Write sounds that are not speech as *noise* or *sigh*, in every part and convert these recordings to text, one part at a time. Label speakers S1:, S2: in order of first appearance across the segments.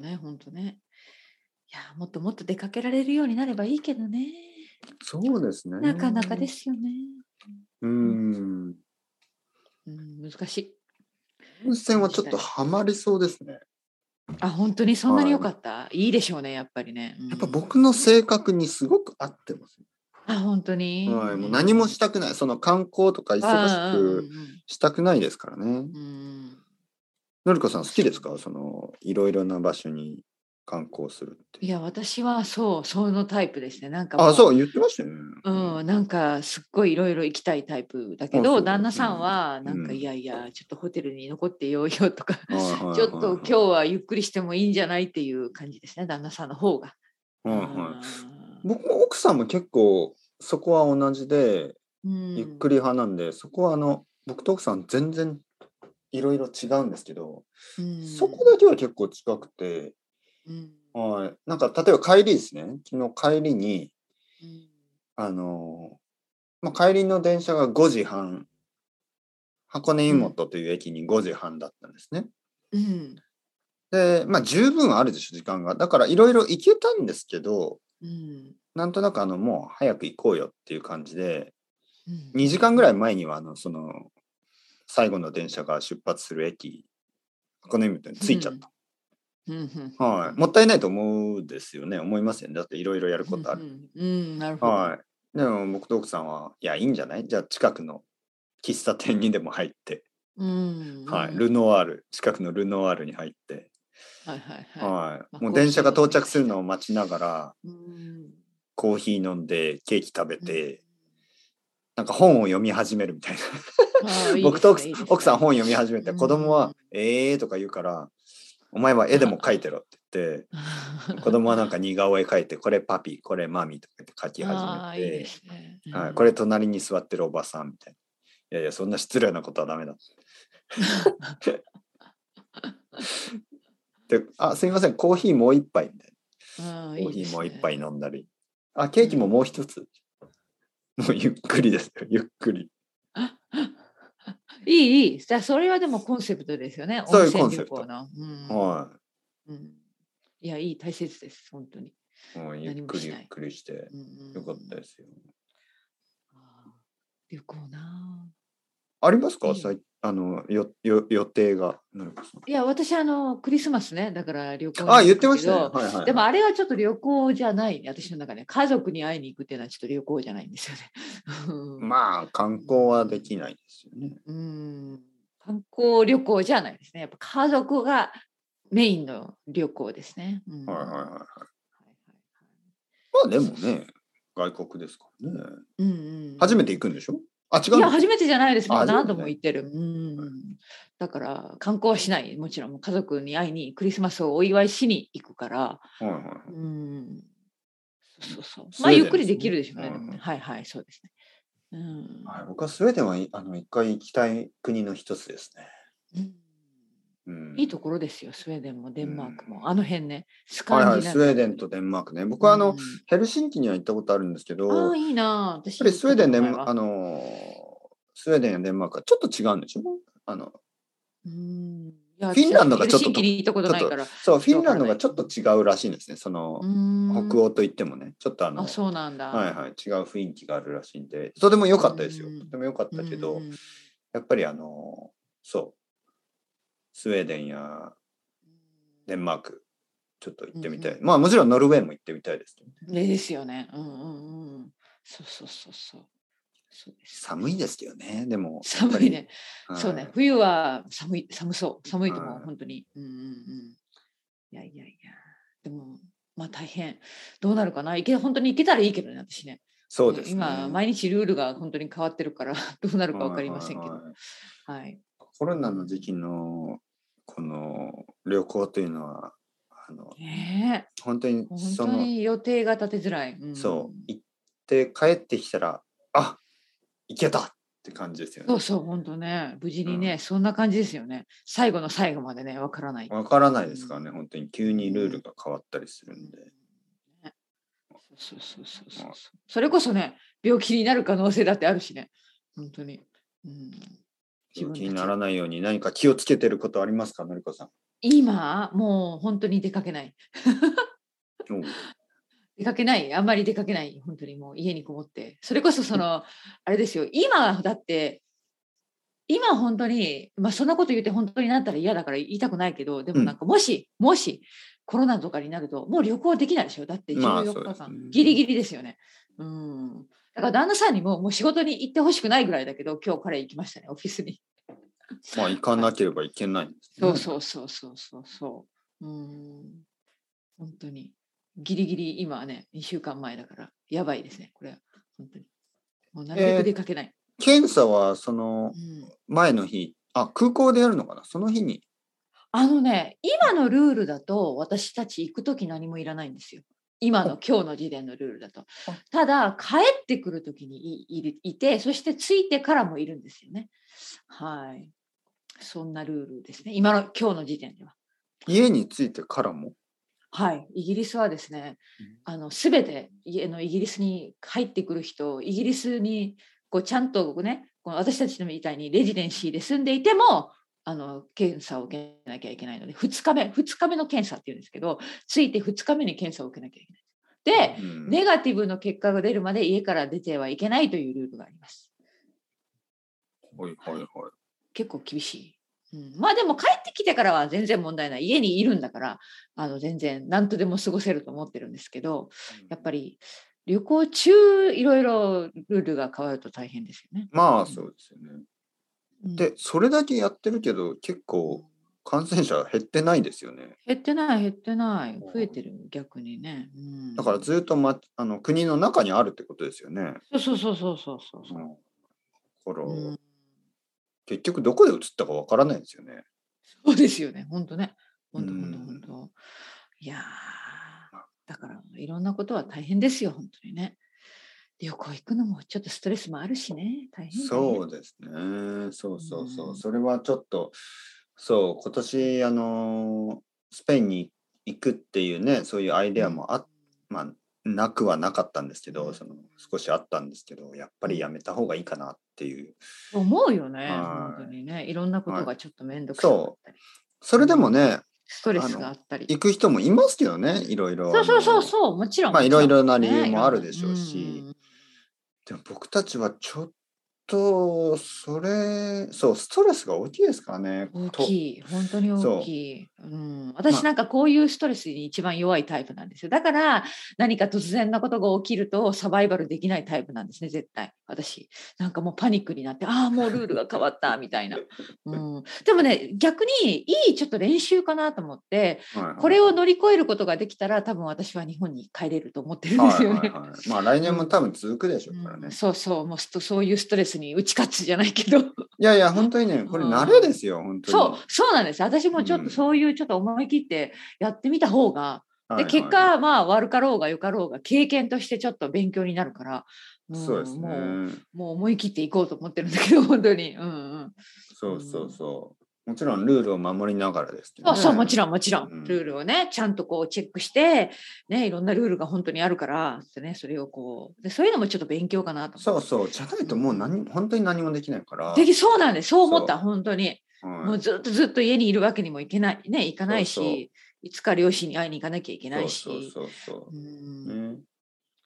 S1: ね、本当ね。いや、もっともっと出かけられるようになればいいけどね。
S2: そうですね。
S1: なかなかで。すよね。
S2: うん。
S1: うん、難しい。
S2: 温泉はちょっとハマりそうですね。
S1: あ、本当にそんなに良かった。いいでしょうね、やっぱりね。うん
S2: やっぱ僕の性格にすごく合ってます。
S1: あ、本当に。
S2: はい、もう何もしたくない。その観光とか忙しく
S1: し
S2: したくないですからね。
S1: く。うん
S2: のりこさん好きですかそのいろいろな場所に観光するって。
S1: いや、私はそう、そのタイプですね。なんかも
S2: あ、そう言ってましたよね。
S1: うん、なんかすっごいいろいろ行きたいタイプだけ
S2: あそう
S1: ど
S2: そう
S1: 旦那さんは
S2: ん
S1: なんか、
S2: うん
S1: いやいやちょっとホテルに残ってようよとか、
S2: はいはいはいはい
S1: ちょっと今日はゆっくりしてもいいんじゃないっていう感じですね旦那さんの方が。
S2: はいは
S1: あー
S2: い僕も奥さんも結構そこは同じで
S1: うん
S2: ゆっくり派なんで、そこはあの僕と奥さん全然いろいろ違うんですけど、
S1: うん
S2: そこだけは結構近くて、
S1: うん
S2: はい、なんか例えば帰りですね昨日帰りに
S1: うん
S2: あのーまあ、帰りの電車が5時半箱根湯本という駅に5時半だったんですね。
S1: うん
S2: でまあ十分あるでしょ時間がだからいろいろ行けたんですけど
S1: うん
S2: なんとなくあのもう早く行こうよっていう感じで
S1: うん
S2: 2時間ぐらい前にはあのその最後の電車が出発する駅箱根湯本に着いちゃった。
S1: うんうん
S2: はい、もったいないと思うですよね思いますよねだっていろいろやることある。
S1: うんうんなるほど。
S2: はい。でも僕と奥さんは、いや、いいんじゃないじゃあ近くの喫茶店にでも入って、
S1: うん
S2: はい、
S1: うん
S2: ルノワール、近くのルノワールに入って、
S1: はいはいは
S2: は
S1: まあ
S2: い、もう電車が到着するのを待ちながら、
S1: いうん
S2: コーヒー飲んで、ケーキ食べて、なんか本を読み始めるみたいな。
S1: あーいいですね
S2: *laughs* 僕と奥
S1: いいですね
S2: 奥さん本読み始めて、
S1: うん
S2: 子供は、えーとか言うから、お前は絵でも描いてろって言って、子供はなんか似顔絵描いて、これパピ、これマミとか言って描き
S1: ああ
S2: 始
S1: ーいい
S2: め
S1: で
S2: て。
S1: すね
S2: はい、これ隣に座ってるおばさんみたいな。いやいや、そんな失礼なことは
S1: *laughs*
S2: ダメだ。で、あ、すみません、コーヒーもう一杯みたい
S1: うん
S2: な。
S1: い
S2: コ
S1: い
S2: ーヒ
S1: で
S2: ー
S1: す
S2: もう
S1: ね
S2: 一杯飲んだり。あ、ケーキももう一つ。もうゆっくりですよ、 *laughs* ゆっくり。
S1: いいいいじゃあそれはでもコンセプトですよね
S2: そういう
S1: 温泉
S2: コンセプト
S1: 旅行のうん
S2: は
S1: うんいやいい大切です本当に、
S2: い。もうゆっくり
S1: 何もし
S2: ゆ
S1: ない
S2: っくりして
S1: う、んうん
S2: よかったですよ。
S1: あー旅行な
S2: あります
S1: い
S2: か
S1: いよ
S2: さいあのよよ予定が。なるほど
S1: いや私あのクリスマスねだから旅行に
S2: あ、
S1: 行く
S2: 言ってましたね。
S1: けど
S2: はいはい。
S1: でもあれはちょっと旅行じゃないね私の中で家族に会いに行くっていうのはちょっと旅行じゃないんですよねうん
S2: *laughs* まあ、観光はできないですよね。
S1: うん観光旅行じゃないですねやっぱ家族がメインの旅行ですね、うん
S2: はいはい
S1: はい
S2: はい。
S1: はい
S2: まあでもね、外国ですからね。
S1: うんうんうん、
S2: 初めて行くんでしょあ、違う
S1: いや
S2: の
S1: 初めてじゃないですも
S2: あ
S1: う何度も
S2: 初め
S1: 言ってる、うんうんだから観光はしないもちろん家族に会いにクリスマスをお祝いしに行くから、
S2: はいはいはい。
S1: うん、そうそうそう
S2: スウ
S1: まあ
S2: ェーデン
S1: ゆっくりできるでしょうね
S2: ですね
S1: でもねはいはいそうですね、うん
S2: はい、僕はスウェーデンはいあの一回行きたい国の一つですね。
S1: うん
S2: うん、
S1: いいところですよスウェーデンもデンマークも、あの辺ねス
S2: はい
S1: カ
S2: は
S1: ン
S2: い、
S1: ジナ
S2: スウ
S1: ビア
S2: ェーデンとデンマークね。僕はあの、
S1: うん
S2: ヘルシンキには行ったことあるんですけど、
S1: あ
S2: や
S1: あ
S2: っ
S1: いいなあ私
S2: ぱりスウェーデン、デンあ
S1: の、
S2: のスウェーデンやデンマークはちょっと違うんでしょあの
S1: うん、いや
S2: フィンランドがちょっ
S1: ヘル
S2: と
S1: シンキに行ったことないから
S2: そう、フィンランドがちょっと違うらしいんですね。その、北
S1: 北
S2: 欧といってもね、ちょっとあの、
S1: あそうなんだ
S2: はいはい、違う雰囲気があるらしいんで、とても良かったですよ。
S1: うん
S2: とても良かったけど、
S1: うんうん
S2: やっぱりあのそうスウェーデンやデンマークちょっと行ってみたい、
S1: うんう
S2: まあもちろんノルウェーも行ってみたいですけどね
S1: ねですよね。うんうんうん。そうそうそうそう。そうです
S2: 寒いですよねでも
S1: 寒い
S2: やっ
S1: ね。
S2: ぱり
S1: そうね
S2: は。い
S1: 冬は寒い、寒そう。寒いと
S2: は
S1: も
S2: い
S1: 本当に。うんうんうん。いやいやいや。でも、まあ大変。どうなるかな。いけ本当に行けたらいいけどね、私ね。
S2: そうですね
S1: 今、毎日ルールが本当に変わってるから、 *laughs* どうなるかわかりませんけ
S2: は
S1: ど
S2: い。はい
S1: はい。
S2: コロナの時期のこの旅行というのはあの
S1: ねえ。
S2: 本当に
S1: 本
S2: そ
S1: 当
S2: の
S1: に予定が立てづらい。ん
S2: そう行って帰ってきたらあ行けたって感じですよ
S1: そう
S2: ね
S1: そう、本当ね、無事にね、
S2: うん
S1: そんな感じですよね。最後の最後までね、わからない。
S2: わからないですからね本当に急にルールが変わったりするんで、
S1: ねそうそうそうそうそうそう。それこそね、病気になる可能性だってあるしね、本当に。うん、
S2: 気
S1: 自分たち
S2: にならないように何か気をつけてることありますか、のりこさん。
S1: 今もう本当に出かけない
S2: うん
S1: 出かけないあんまり出かけない本当にもう家にこもってそれこそそのあれですよ今だって今本当に、まあ、そんなこと言って本当になったら嫌だから言いたくないけどでもなんかもし、もしコロナとかになるともう旅行できないでしょだって
S2: まあ
S1: 14日間、
S2: そうですね
S1: ギリギリですよねうんだから旦那さんにももう仕事に行ってほしくないぐらいだけど今日彼行きましたねオフィスに
S2: まあ行かなければいけないんですね、
S1: そうそうそうそうそうそう。うーん。本当に。ギリギリ今はね、2週間前だから、やばいですね、これは。本当に。もうなるべ
S2: えー
S1: く出かけない。
S2: 検査はその
S1: うん、
S2: 前の日、あ、空港でやるのかなその日に。
S1: あのね、今のルールだと、私たち行くとき何もいらないんですよ。今の今日の時点のルールだと
S2: あ。
S1: ただ、帰ってくるときにいいるいて、そして着いてからもいるんですよね。はい。そんなルールですね。今の今日の時点では。
S2: 家に着いてからも。
S1: はい、イギリスはですね、あの全て家のイギリスに入ってくる人、イギリスにこうちゃんとね、この私たちみたいにレジデンシーで住んでいても、あの検査を受けなきゃいけないので、2日目、2日目の検査っていうんですけど、ついて2日目に検査を受けなきゃいけない。で、
S2: うん
S1: ネガティブの結果が出るまで家から出てはいけないというルールがあります。
S2: はいはいはい。
S1: 結構厳しい。うん、まあでも帰ってきてからは全然問題ない。家にいるんだから、あの全然何とでも過ごせると思ってるんですけど、やっぱり旅行中、いろいろルールが変わると大変ですよね。
S2: まあそうですよね。
S1: うん
S2: で、それだけやってるけど、結構感染者減ってないですよね。
S1: 減ってない、減ってない。増えてる、逆にね。うん、
S2: だからずっと、ま、あの国の中にあるってことですよね。
S1: そうそうそうそうそう
S2: う
S1: そ
S2: ん
S1: う。
S2: だから、
S1: うん
S2: 結局どこで移ったかわからないですよね。
S1: そうですよね、本当ね。本当
S2: うん
S1: 本当本当。いやーだからいろんなことは大変ですよ、本当にね。旅行行くのもちょっとストレスもあるしね、大変
S2: そう
S1: う
S2: ですね。そうそうそう。
S1: うん
S2: それはちょっと、そう、今年、あのースペインに行くっていうね、そういうアイデアもあっ、まあ、なくはなかったんですけ
S1: う
S2: ど、
S1: ん
S2: その少しあったんですけど、やっぱりやめた方がいいかなっていう。
S1: 思うよね、
S2: はい
S1: 本当にね。いろんなことがちょっと面倒くさか
S2: そ
S1: ったり、
S2: それでもね、
S1: ストレスがあったり。
S2: 行く人もいますけどね、いろいろ。
S1: そうそうそう
S2: う。
S1: そう、もちろん。
S2: まあ
S1: もちろん
S2: いろいろな理由
S1: ね
S2: もあるでしょうし
S1: いろんな
S2: でも僕たちはちょっと、それ、そう、ストレスが大きいですからね。
S1: うん大
S2: と
S1: きい、本当に大きい。うん、私なんかこういうストレスに一番弱いタイプなんですよ。だから何か突然なことが起きるとサバイバルできないタイプなんですね、絶対。私。なんかもうパニックになって、ああ、もうルールが変わ
S2: *laughs*
S1: った、みたいな。うん、でもね、逆にいいちょっと練習かなと思って、
S2: はいはい
S1: これを乗り越えることができたら多分私は日本に帰れると思ってるんですよね。
S2: はいはいはい、まあ来年も多分続くでしょうからね。
S1: うん
S2: い
S1: そうそうもうストそういうストレスに打ち勝つじゃないけど
S2: やいや本当にねこれ慣れですよ本当に。
S1: そうそうなんです私もちょっ
S2: うん
S1: とそういうちょっと思い切ってやってみた方が、
S2: はいはい
S1: で結果、まあ悪かろうが良かろうが経験としてちょっと勉強になるから、ん
S2: そうですね
S1: もうもう思い切っていこうと思ってるんだけど本当に、うんうん、
S2: そうそうそうもちろんルールを守りながらですけど、
S1: そう
S2: ね、
S1: そうもちろんもちろん、
S2: うん
S1: ルールをねちゃんとこうチェックして、ね、いろんなルールが本当にあるからって、ね、それをこうでそういうのもちょっと勉強かなと
S2: そう
S1: う
S2: そうじゃないともう何本当に何もできないから。
S1: できそうなんですそう思った
S2: そう
S1: 本当に。
S2: はい
S1: もうずっとずっと家にいるわけにもいけない、ね、行かないし、
S2: そうそう
S1: いつか両親に会いに行かなきゃいけないし。
S2: そうそうそううそう。
S1: ん
S2: ね。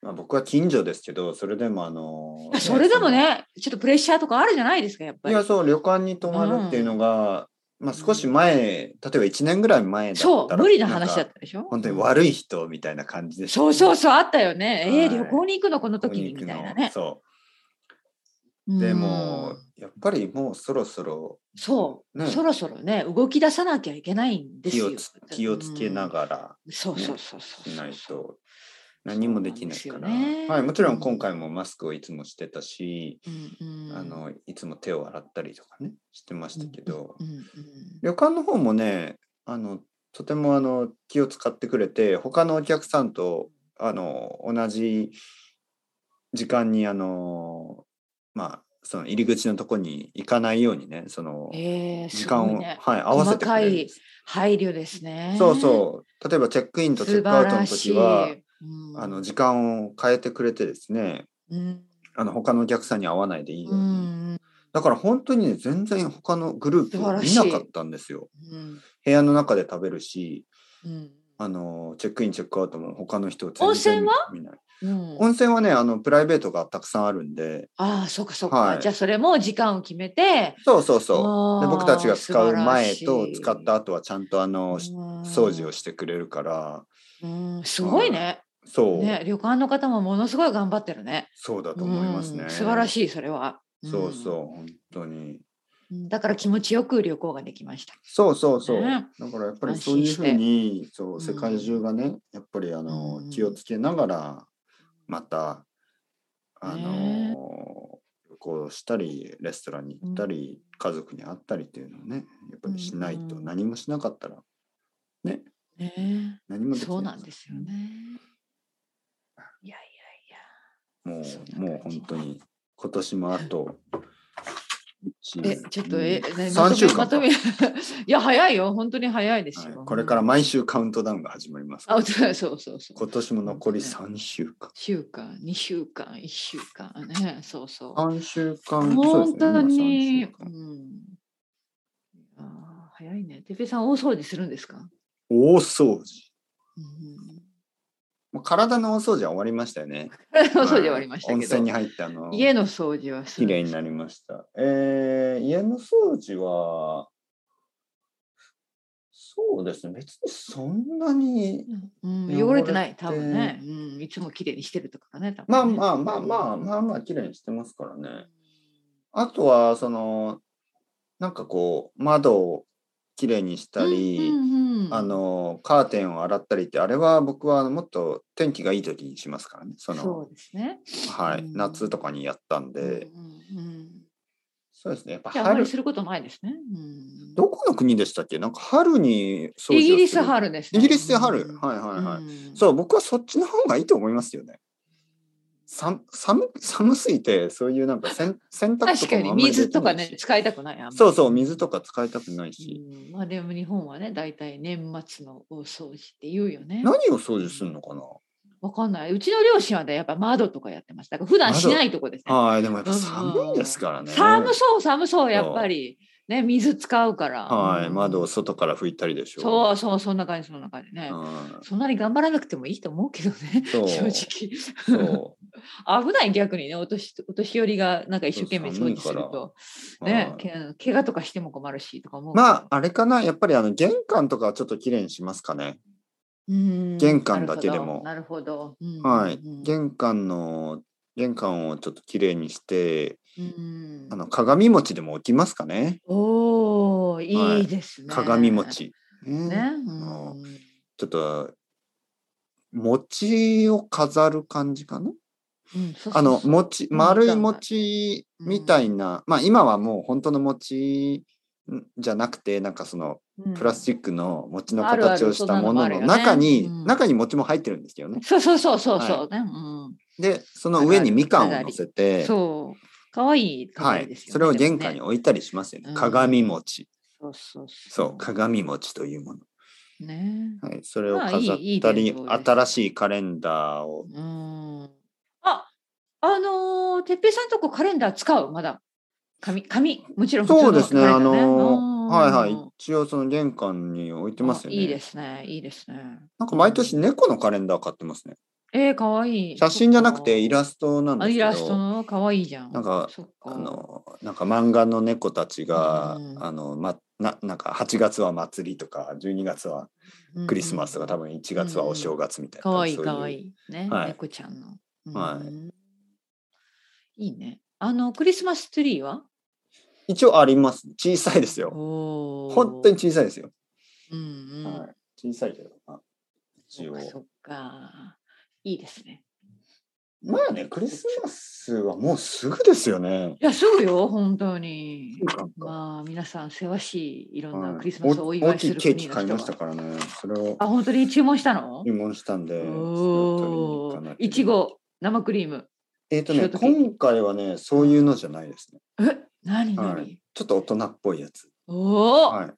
S2: まあ僕は近所ですけどそれでもあの
S1: それでも。ね、ちょっとプレッシャーとかあるじゃないですか、やっぱ
S2: い
S1: り
S2: や。そう旅館に泊まるっていうのが、まあ少し前例えば1年ぐらい前だった
S1: そ
S2: ら
S1: う、無理な話だ
S2: ん
S1: っ
S2: か
S1: たでしょ。
S2: 本当に悪い人みたいな感じでした
S1: そうそうそう、あったよね。えー
S2: はい
S1: 旅行に行くの、この時
S2: に
S1: に
S2: 行
S1: み
S2: く
S1: たいな
S2: の
S1: ね。
S2: そう
S1: うん
S2: でもうやっぱりもうそろそろ
S1: そう、
S2: ね
S1: そろそろね、動き出さなきゃいけないんです
S2: 気
S1: よ
S2: をつ。気をつけな
S1: ら。
S2: がら
S1: そうそうそうそう。
S2: しないと何もできない
S1: そう
S2: か
S1: なん
S2: ら、
S1: ですよね
S2: はい、もちろん今回もマスクをいつもしてたし、
S1: うんうん。
S2: あのいつも手を洗ったりとかねしてましたけど、
S1: うんうん、
S2: 旅館の方もねあのとてもあの気を使ってくれて他のお客さんとあの同じ時間にあのまあその入り口のとこに行かないようにねその
S1: えー、
S2: 時
S1: す
S2: 間
S1: ご
S2: を、
S1: いね。
S2: はい、合わせてくれるんです
S1: 配慮ですね。
S2: そうそう例えばチェックインとチェックアウトの時は
S1: うん
S2: あの時間を変えてくれてですね
S1: うん
S2: あの他のお客さんに会わないでいいよう
S1: う
S2: に、
S1: ん
S2: だだから本当にね全然他のグループ
S1: 素晴らし
S2: 見
S1: い
S2: なかったんですよ。
S1: うん
S2: 部屋の中で食べるし、
S1: うん
S2: あのチェックインチェックアウトも他の人を
S1: 温泉
S2: 見ない。
S1: うん
S2: 温泉はねあのプライベートがたくさんあるんで、
S1: ああそうかそうか、
S2: はい
S1: じゃあそれも時間を決めて
S2: そうそうそう。
S1: あ
S2: で
S1: ー
S2: 僕たちが使う前
S1: 素晴
S2: と
S1: らしい
S2: 使った後はちゃんとあ
S1: う
S2: の
S1: ん
S2: 掃除をしてくれるから、
S1: うんすごいね,、
S2: そう、
S1: ね旅館の方もものすごい頑張ってるね
S2: そうだと思いますね。
S1: うん素晴ら
S2: い。
S1: しいそれは、
S2: そうそう本当に。
S1: うんだから気持ちよく旅行ができました
S2: そうそうそう。
S1: ね
S2: だからやっぱり
S1: 安
S2: そう
S1: 心
S2: いう
S1: して
S2: ふうに、そうう、
S1: ん
S2: 世界中がね、やっぱりあ
S1: う
S2: の、
S1: ん
S2: 気をつけながら、また、あ
S1: ね
S2: の、旅行したり、レストランに行ったり、家族に会ったりっていうのをね、やっぱりしないと、
S1: うん
S2: 何もしなかったら、ね、
S1: ね
S2: 何もできない。
S1: そうなんですよね。いやい
S2: も
S1: そんな
S2: う、もう
S1: 感じ
S2: 本当に、今年もあと、
S1: やいや。え、ちょっと、え、ね
S2: 3週間
S1: まとめ、まとめ *laughs* いや、早いよ。本当に早いです
S2: はい
S1: よ。
S2: これから毎週カウントダウンが始まりますから。
S1: あ、そうそうそうそう。
S2: 今年も残り
S1: 本当ね
S2: 3週間。
S1: 週間、2週間、1週間ね、そうそう。
S2: 3週間。そう
S1: 本
S2: ですね
S1: 当に、
S2: 今3週間
S1: うん、あー早いね。てっぺいさん、大掃除するんですか、
S2: 大掃除。
S1: うん、
S2: もう体の大掃除は終わりましたよね。
S1: 大掃除終わりました
S2: はい
S1: け
S2: 温泉に
S1: ど、
S2: 入ってあの
S1: 家の掃除はす
S2: 綺
S1: る
S2: 麗になりました。えー、家の掃除はそうですね。別にそんなに
S1: うん、汚れてない、多
S2: 汚れて
S1: 分ね、うん。いつも綺麗にしてるとからね、多
S2: まあ
S1: 分ね
S2: まあまあまあまあまあ綺麗にしてますからね。あとはそのなんかこう窓を綺麗にしたり。
S1: うんうんうん
S2: あのカーテンを洗ったりってあれは僕はあのもっと天気がいい時にしますからねその
S1: そうですね。
S2: はい、
S1: うん
S2: 夏とかにやったんで、
S1: うんうんうん
S2: そうですねやっぱ
S1: じゃあ、あま
S2: 春
S1: りすることないですね。うん
S2: どこの国でしたっけなんか春に掃除をする
S1: イギリス春ですね。
S2: イギリスで春、
S1: うん
S2: はいはいはい、
S1: うん
S2: そう僕はそっちの方がいいと思いますよね寒寒寒すぎてそういうなん
S1: *laughs*
S2: か洗洗濯とかも
S1: 確かに
S2: あんまり
S1: 水
S2: できな
S1: と
S2: い
S1: か
S2: し
S1: ね、使いたくない。あんまり
S2: そうそう水とか使いたくないし、
S1: うんまあでも日本はね、大体年末の大掃除って言うよね。
S2: 何を掃除するのかな、
S1: わかんない。うちの両親はね、やっぱ窓とかやってました。だから普段しないとこですね。
S2: はいでもやっぱ寒いですからね、
S1: 寒そう、寒そう、やっぱり。ね、水使うから。
S2: はい、
S1: うん
S2: 窓を外から拭いたりでしょ
S1: そうそう、そんな感じ、そんな感じね。
S2: うん
S1: そんなに頑張らなくてもいいと思うけどね、
S2: そう
S1: 正直。
S2: そ
S1: *laughs* 危ない、逆にね、お年お年寄りがなんか一生懸命掃除すると、*laughs*
S2: う
S1: ね
S2: は、い
S1: け怪我とかしても困るしとか思うけど。
S2: まああれかなやっぱりあの玄関とかはちょっと綺麗にしますかね、
S1: うん
S2: 玄関だけでも
S1: なるほど。なるほど
S2: はい玄関の玄関をちょっと綺麗にしてあの鏡餅でも置きますかね
S1: おおー、いいですね。
S2: 鏡餅、ね
S1: ね。
S2: の
S1: うん
S2: ちょっと餅を飾る感じかな
S1: うんそうそうそう
S2: あの餅丸い
S1: うん
S2: 餅みたいな、まあ今はもう本当の餅んじゃなくてなんかその
S1: うん
S2: プラスチックの餅の
S1: あるある
S2: 形をし
S1: そん
S2: た
S1: なの
S2: も
S1: も
S2: の
S1: あるよ
S2: の
S1: ね
S2: 中に、
S1: うん
S2: 中に餅も入ってるんですよね。
S1: そうそうそうそうそうね。うん
S2: でその上にみかんを乗せて、
S1: そう。かわいい
S2: は
S1: 飾り
S2: い、
S1: ですよね。
S2: それを玄関に
S1: でもね
S2: 置いたりしますよね。
S1: うん
S2: 鏡餅、
S1: そうそうそ
S2: そう鏡餅というもの、
S1: う。ね。
S2: はい、それを
S1: まあ
S2: 飾っ
S1: いいいい
S2: たり、
S1: 伝統です
S2: 新しいカレンダーを
S1: うん。あ、あのー、てっぺいさんとこカレンダー使うまだ。紙、紙、もちろん普通の
S2: そうですね、
S1: カレン
S2: あ
S1: ダー
S2: の
S1: うん
S2: はいはい、一応その玄関に置いてますよね。
S1: あいいですね、いいですね。
S2: なんか毎年猫のカレンダー買ってますね。
S1: えー、かわいい。
S2: 写真じゃなくてイ
S1: イラ
S2: ラストなんです
S1: イ
S2: けど、
S1: ラストのかわいいじゃん。
S2: なんか
S1: そっか
S2: あのなんか漫画の猫たちが、
S1: うん
S2: あのまななんか8月は祭りとか12月はクリスマスとか、多分1月はお正月みたいな。
S1: かわいい
S2: そう。
S1: かわいうい。ね、
S2: はい
S1: 猫ちゃんの。うん
S2: はい
S1: い。いね。あの、クリスマスツリーは
S2: 一応あります。小さいですよ。
S1: おー
S2: 本当に。小さいですよ。
S1: うんうん。
S2: はい小さいけどな。一
S1: そっ
S2: 応
S1: か。そっか。いいですね。
S2: まあね、クリスマスはもうすぐですよね。
S1: いや、すぐよ、本当に。
S2: なんか
S1: まあ、皆さん、せわしい、いろん
S2: は
S1: ないクリスマスをお祝
S2: 大
S1: い
S2: き
S1: す
S2: い
S1: る
S2: ケー
S1: 国
S2: キ
S1: の人は、
S2: 買いましたからね。それを
S1: あ、本当に注文したの
S2: 注文したんで。
S1: お
S2: それを取りに行かな
S1: ー
S2: きゃ
S1: いち。ご、生クリーム。
S2: えっ、とね、
S1: 白時
S2: 今回はね、そういうのじゃないですね。
S1: え、なにな
S2: は
S1: に
S2: ちょっと大人っぽいやつ。
S1: おお、
S2: はい。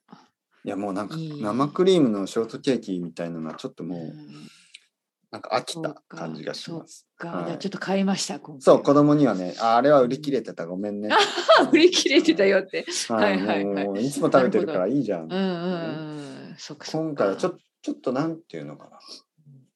S2: いやもうなんか
S1: いい
S2: 生クリームのショートケーキみたいなのはちょっと
S1: う
S2: もう、
S1: ん
S2: なんか飽き
S1: そう
S2: た
S1: か
S2: 感じがします。
S1: が、
S2: はい
S1: じゃあちょっと買いました、今回
S2: そう子供にはねああれは売り切れてたごめんね。
S1: あ *laughs* 売り切れてたよって。
S2: はい
S1: はいはいはい
S2: もういつも食べてるからいいじゃん
S1: うん。うんうん。そっかそっか
S2: 今回はちょちょっとなんていうのかな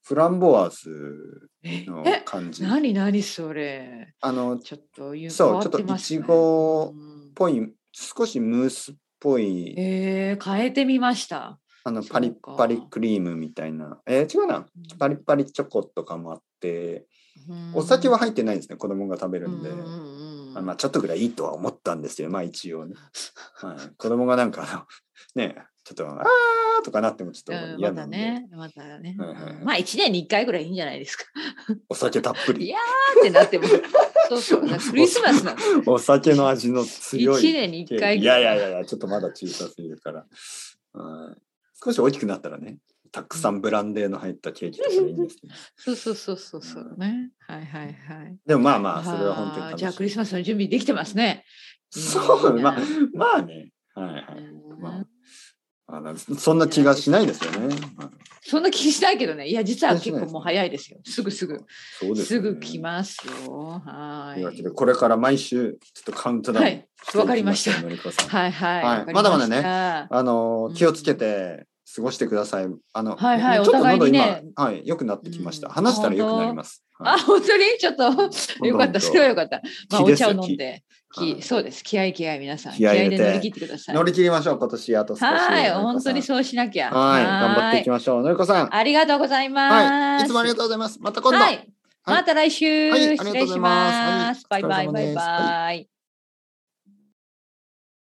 S2: フランボワーズ
S1: え
S2: の
S1: え、
S2: 感じ
S1: なになにそれ。
S2: あのっ
S1: ちょっと言
S2: そう
S1: 変わてますね
S2: ちょっとイチゴ
S1: うん
S2: ぽい少しムースっぽい
S1: えー、変えてみました。
S2: あの
S1: そうか
S2: パリッパリクリームみたいなえー、違うなパリッパリチョコとかもあって
S1: うん
S2: お酒は入ってないんですね子供が食べるんで。
S1: うんうんうん
S2: まあちょっとぐらいいいとは思ったんですけどまあ一応
S1: *laughs*
S2: ね、はい、子供がなんかあのねちょっと「あー」とかなってもちょっ
S1: う
S2: と
S1: んま
S2: 嫌
S1: だ
S2: なんで、
S1: ね、まだね。
S2: はいはいはい
S1: まあ一年に一回ぐらいいいんじゃないですか。 *laughs*
S2: お酒たっぷ
S1: い
S2: り
S1: やーってなっても。そうそう、
S2: *laughs*
S1: だからクリスマスなんで
S2: お酒の味の強い
S1: 一年に一回
S2: い
S1: ぐら
S2: や
S1: い
S2: いやいやいや、ちょっとまだ小さすぎるから。うん少し大きくなったらね、たくさんブランデーの入ったケーキとかでいいんですけど。
S1: そうそうそうそうそうね。はいはいはい。
S2: でもまあまあ、それは本当
S1: あ
S2: に楽
S1: ー
S2: しい。
S1: じゃあクリスマスの準備できてますね。
S2: そう、
S1: いい
S2: まあ
S1: な、
S2: まあね。はいはい。
S1: うん
S2: まあのそんな気がしないですよね。はい
S1: そんな気しないけどね。いや実は結構もう早いですよ。すぐすぐ。
S2: そうです
S1: す
S2: よね、
S1: ぐ来ますよ。は
S2: と
S1: い。
S2: いうわけで、これから毎週、ちょっとカウントダウン
S1: は
S2: してい
S1: い
S2: きょう。
S1: わかりました
S2: のりこさん
S1: はいはい。
S2: はい
S1: わかり
S2: まだまだね
S1: した
S2: あの気をつけて過ごしてください。あの、
S1: はいはい
S2: ちょっと
S1: お互い
S2: 喉
S1: に
S2: 今、
S1: ね
S2: はい、良くなってきまし
S1: う
S2: た。
S1: ん
S2: 話したら良くなります。は
S1: あ、
S2: い
S1: 本当にちょっと、
S2: 当
S1: よかっ
S2: 本
S1: た、
S2: 当
S1: それはよかった。まあ、
S2: 気
S1: お
S2: です
S1: 茶
S2: よ
S1: を飲んで、
S2: 気は
S1: 気
S2: い
S1: そうです。気合い気合い、皆さん。
S2: 気合い入れて
S1: で乗り切ってください。
S2: 乗り切りましょう、今年あと少し。
S1: はい、
S2: のりこさん
S1: 本当にそうしなきゃ。
S2: はい、頑張っていき
S1: ま
S2: ましょう。のりこさん。
S1: ありがとうございま
S2: は
S1: す。
S2: い、いつもありがとうございます。また今度。
S1: はい。また来週、
S2: はいありがと
S1: 失
S2: うご
S1: 礼
S2: ざ
S1: し
S2: いま
S1: ま
S2: す
S1: す。
S2: は
S1: バ
S2: い
S1: イバイ、
S2: お疲
S1: バ
S2: れ様で
S1: イ
S2: す
S1: バイ。